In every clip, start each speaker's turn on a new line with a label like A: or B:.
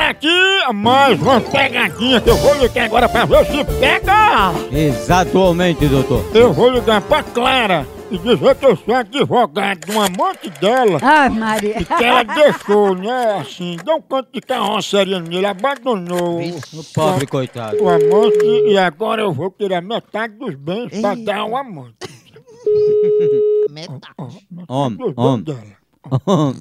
A: Olha mais uma pegadinha que eu vou ligar agora pra ver se pega!
B: Exatamente, doutor.
A: Eu vou ligar pra Clara e dizer que eu sou advogado de um amante dela
C: Ai, Maria.
A: que ela deixou, né? Assim, deu um canto de carroceria nele, abandonou.
B: O pobre coitado.
A: O amante, e agora eu vou tirar metade dos bens pra dar ao amante.
D: Metade.
B: Homem,
A: Dos bens
B: homem,
A: dela.
B: homem.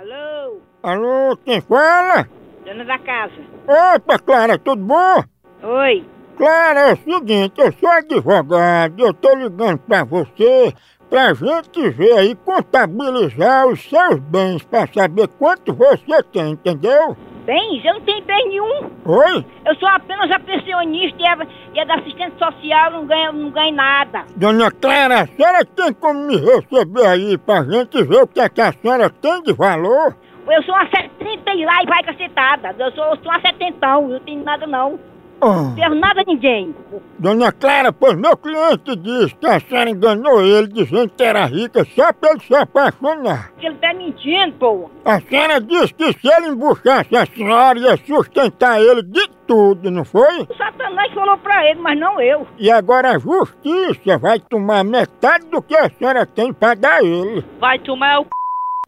E: Alô,
A: Alô, quem fala?
E: dona da casa.
A: Opa, Clara, tudo bom?
E: Oi.
A: Clara, é o seguinte, eu sou advogado, eu tô ligando pra você pra gente ver aí, contabilizar os seus bens pra saber quanto você tem, entendeu?
E: Bens? Eu não tenho bem nenhum.
A: Oi?
E: Eu sou apenas a pensionista e é, e é da assistente social, não ganho, não ganho nada.
A: Dona Clara, a senhora tem como me receber aí pra gente ver o que, é que a senhora tem de valor?
E: Eu sou uma setenta e lá e vai cacetada. Eu sou, eu sou uma setentão, eu não tenho nada não.
A: Ah.
E: Não tenho nada a ninguém.
A: Dona Clara, pois meu cliente disse que a senhora enganou ele dizendo que era rica só pra ele se apaixonar.
E: Porque ele tá mentindo, pô.
A: A senhora disse que se ele embuchasse a senhora ia sustentar ele de tudo, não foi?
E: O satanás falou pra ele, mas não eu.
A: E agora a justiça vai tomar metade do que a senhora tem pra dar a ele.
F: Vai tomar o c...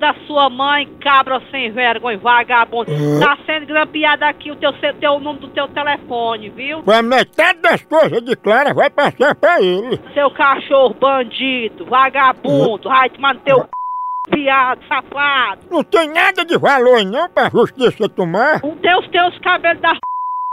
F: da sua mãe, cabra sem vergonha, vagabundo. Tá sendo grampeado aqui o teu, ce- teu nome do teu telefone, viu?
A: Foi a metade das coisas de Clara vai passar pra ele.
F: Seu cachorro bandido, vagabundo, vai tomar no teu c... viado, safado.
A: Não tem nada de valor não pra justiça tomar.
F: Um Deus tem os cabelos da c...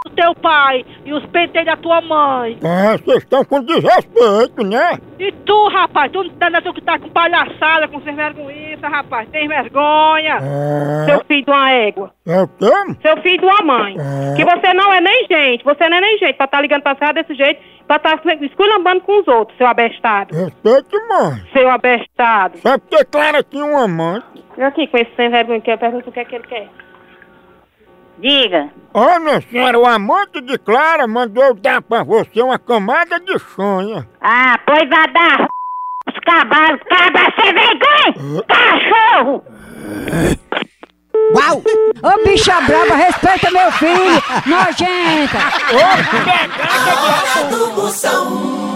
F: do teu pai e os penteios da tua mãe.
A: Ah, vocês estão com desrespeito, né?
F: E tu, rapaz, tu não tá nessa que tá com palhaçada, com sem vergonha, rapaz. Tem vergonha.
A: Ah,
F: Seu filho de uma égua.
A: é o quê?
F: Seu filho de uma mãe.
A: Ah.
F: Que você não é nem gente, você não é nem gente pra estar ligando pra senhora desse jeito, pra estar esculambando com os outros, seu abestado.
A: Respeite mais.
F: Seu abestado.
A: Sabe porque Clara tinha um amante?
F: Vem aqui com esse sem vergonha que eu pergunto o que é que ele quer.
E: Diga.
A: Ô, minha senhora, o amante de Clara mandou eu dar pra você uma camada de sonha.
E: Ah, pois vai dar os cavalos, cabra sem vergonha! Cachorro!
B: Uau!
C: Ô, bicha brava, respeita meu filho. Nojenta.
G: Moção.